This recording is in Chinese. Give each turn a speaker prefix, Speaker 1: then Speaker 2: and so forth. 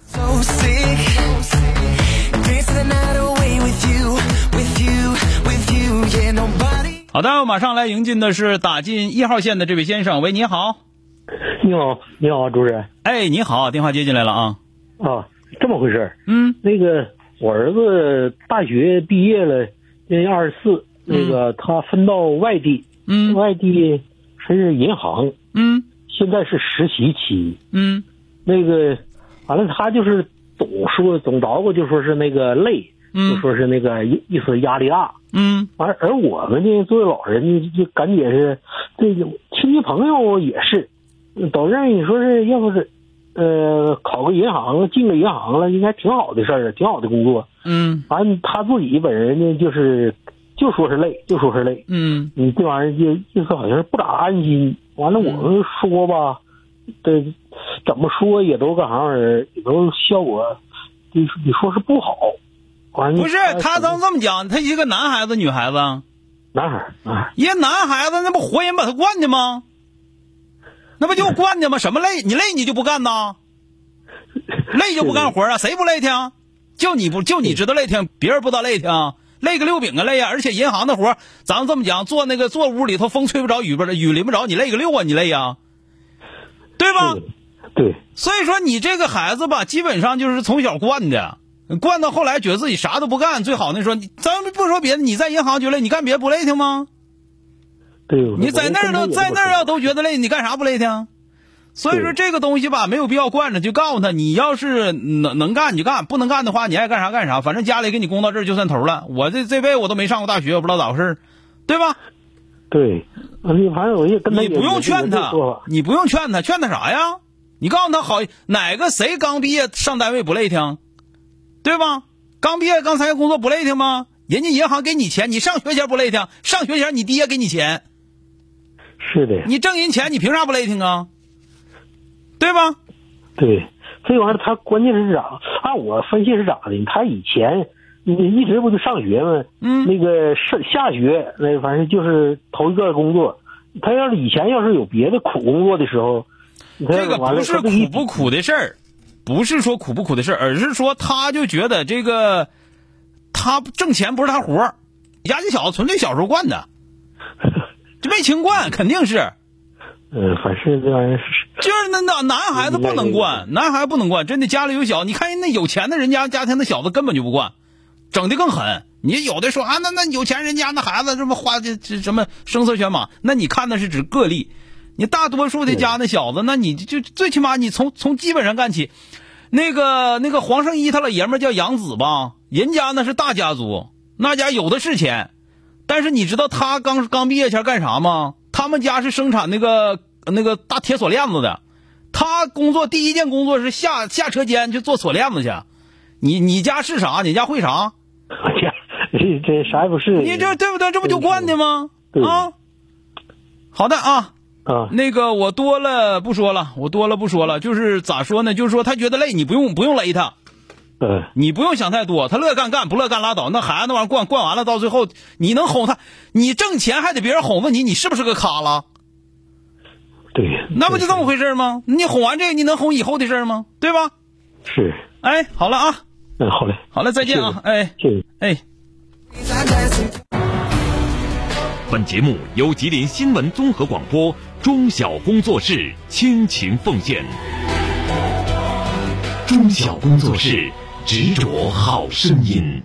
Speaker 1: So sick. Dancing the night away with you, with you, with you. Yeah, nobody.
Speaker 2: 好的，马上来迎进的是打进一号线的这位先生，喂，你好，
Speaker 3: 你好，你好，主任
Speaker 2: 哎，你好，电话接进来了啊，
Speaker 3: 啊，这么回事儿
Speaker 2: 嗯
Speaker 3: 那个我儿子大学毕业了，今年二十四，那个他分到外地，
Speaker 2: 嗯
Speaker 3: 外地是银行，
Speaker 2: 嗯
Speaker 3: 现在是实习期。
Speaker 2: 嗯
Speaker 3: 那个完了，他就是总说总捣鼓，就说是那个累，就
Speaker 2: 嗯
Speaker 3: 说是那个意意思压力大。
Speaker 2: 嗯
Speaker 3: 完了，而我们呢，作为老人呢，就感觉是这种亲戚朋友也是，都认为你说是要不是，呃，考个银行，进个银行了，应该挺好的事儿，啊挺好的工作。
Speaker 2: 嗯
Speaker 3: 完，他自己本人呢，就是就说是累，就说是累，
Speaker 2: 嗯
Speaker 3: 你这玩意儿就意思好像是不咋安心。完了，我们说吧，这怎么说也都干啥玩意儿，也都效果，你你说是不好。完了，
Speaker 2: 不是，他能这么讲，他一个男孩子，女孩子啊，
Speaker 3: 男孩儿，啊男孩儿
Speaker 2: 一个男孩子那不活人把他惯的吗？那不就惯的吗？什么累？你累你就不干呐？累就不干活啊？谁不累挺啊？就你不就你知道累挺，别人不知道累挺啊，累个六饼啊累啊！而且银行的活儿，咱们这么讲，坐那个坐屋里头，风吹不着，雨不雨淋不着，你累个六啊，你累呀、对吧？
Speaker 3: 对。
Speaker 2: 所以说你这个孩子吧，基本上就是从小惯的，惯到后来觉得自己啥都不干，最好那时候，你咱们不说别的，你在银行就累，你干别的不累挺吗？
Speaker 3: 对，
Speaker 2: 你在那儿都在那儿
Speaker 3: 啊，
Speaker 2: 要都觉得累，你干啥不累听？所以说
Speaker 3: 对
Speaker 2: 这个东西吧，没有必要惯着，就告诉他，你要是能能干你就干，不能干的话，你爱干啥干啥，反正家里给你供到这儿就算头了。我这这辈子我都没上过大学，我不知道咋回事儿，对吧？
Speaker 3: 对，完了反正我也跟他
Speaker 2: 你
Speaker 3: 也
Speaker 2: 不用劝他，你不用劝他，劝他啥呀？你告诉他好，哪个谁刚毕业上单位不累挺，对吧？刚毕业刚参加工作不累挺吗？人家银行给你钱，你上学前不累挺？上学前你爹给你钱，
Speaker 3: 是 的，
Speaker 2: 你挣人钱，你凭啥不累挺啊？对吧？
Speaker 3: 对，这玩意儿他关键是咋？按我分析是咋的？他以前你一直不就上学吗？
Speaker 2: 嗯
Speaker 3: 那个上下学那反正就是头一个工作，他要是以前要是有别的苦工作的时候，他
Speaker 2: 这个
Speaker 3: 完
Speaker 2: 不
Speaker 3: 了
Speaker 2: 是
Speaker 3: 他这一
Speaker 2: 苦不苦的事儿，不是说苦不苦的事儿，而是说他就觉得这个他挣钱不是他活儿，家这小子纯粹小时候惯 的，就没情惯，肯定是。
Speaker 3: 嗯，反正这玩意儿是
Speaker 2: 就是那那男孩子不能惯，男孩不能惯，真的家里有小，你看人那有钱的人家家庭，那小子根本就不惯，整的更狠。你有的说啊，那那有钱人家那孩子这么花这这什么声色犬马，那你看的是指个例，你大多数的家那小子，那你就就最起码你从从基本上干起。那个那个黄圣依他老爷们儿叫杨子吧，人家那是大家族，那家有的是钱，但是你知道他刚刚毕业前干啥吗？他们家是生产那个那个大铁锁链子的，他工作第一件工作是下下车间去做锁链子去。你你家是啥？你家会啥？
Speaker 3: 哎呀，这这啥也不是。
Speaker 2: 你这对不对？这不就惯的吗？
Speaker 3: 对
Speaker 2: 啊，好的啊，
Speaker 3: 啊，
Speaker 2: 那个我多了不说了，我多了不说了，就是咋说呢？就是说他觉得累，你不用不用勒他，
Speaker 3: 嗯，
Speaker 2: 你不用想太多，他乐干干，不乐干拉倒。那孩子那玩意儿惯惯完了，到最后你能哄他，你挣钱还得别人哄着你，你是不是个卡拉？
Speaker 3: 对，
Speaker 2: 那不就这么回事吗？你哄完这个，你能哄以后的事儿吗？对吧？
Speaker 3: 是，
Speaker 2: 哎，好了啊，
Speaker 3: 嗯，好嘞，
Speaker 2: 好了，再见啊，哎
Speaker 3: 谢谢。
Speaker 2: 哎。
Speaker 1: I got some
Speaker 4: 本节目由吉林新闻综合广播中小工作室倾情奉献。中小工作室执着好声音。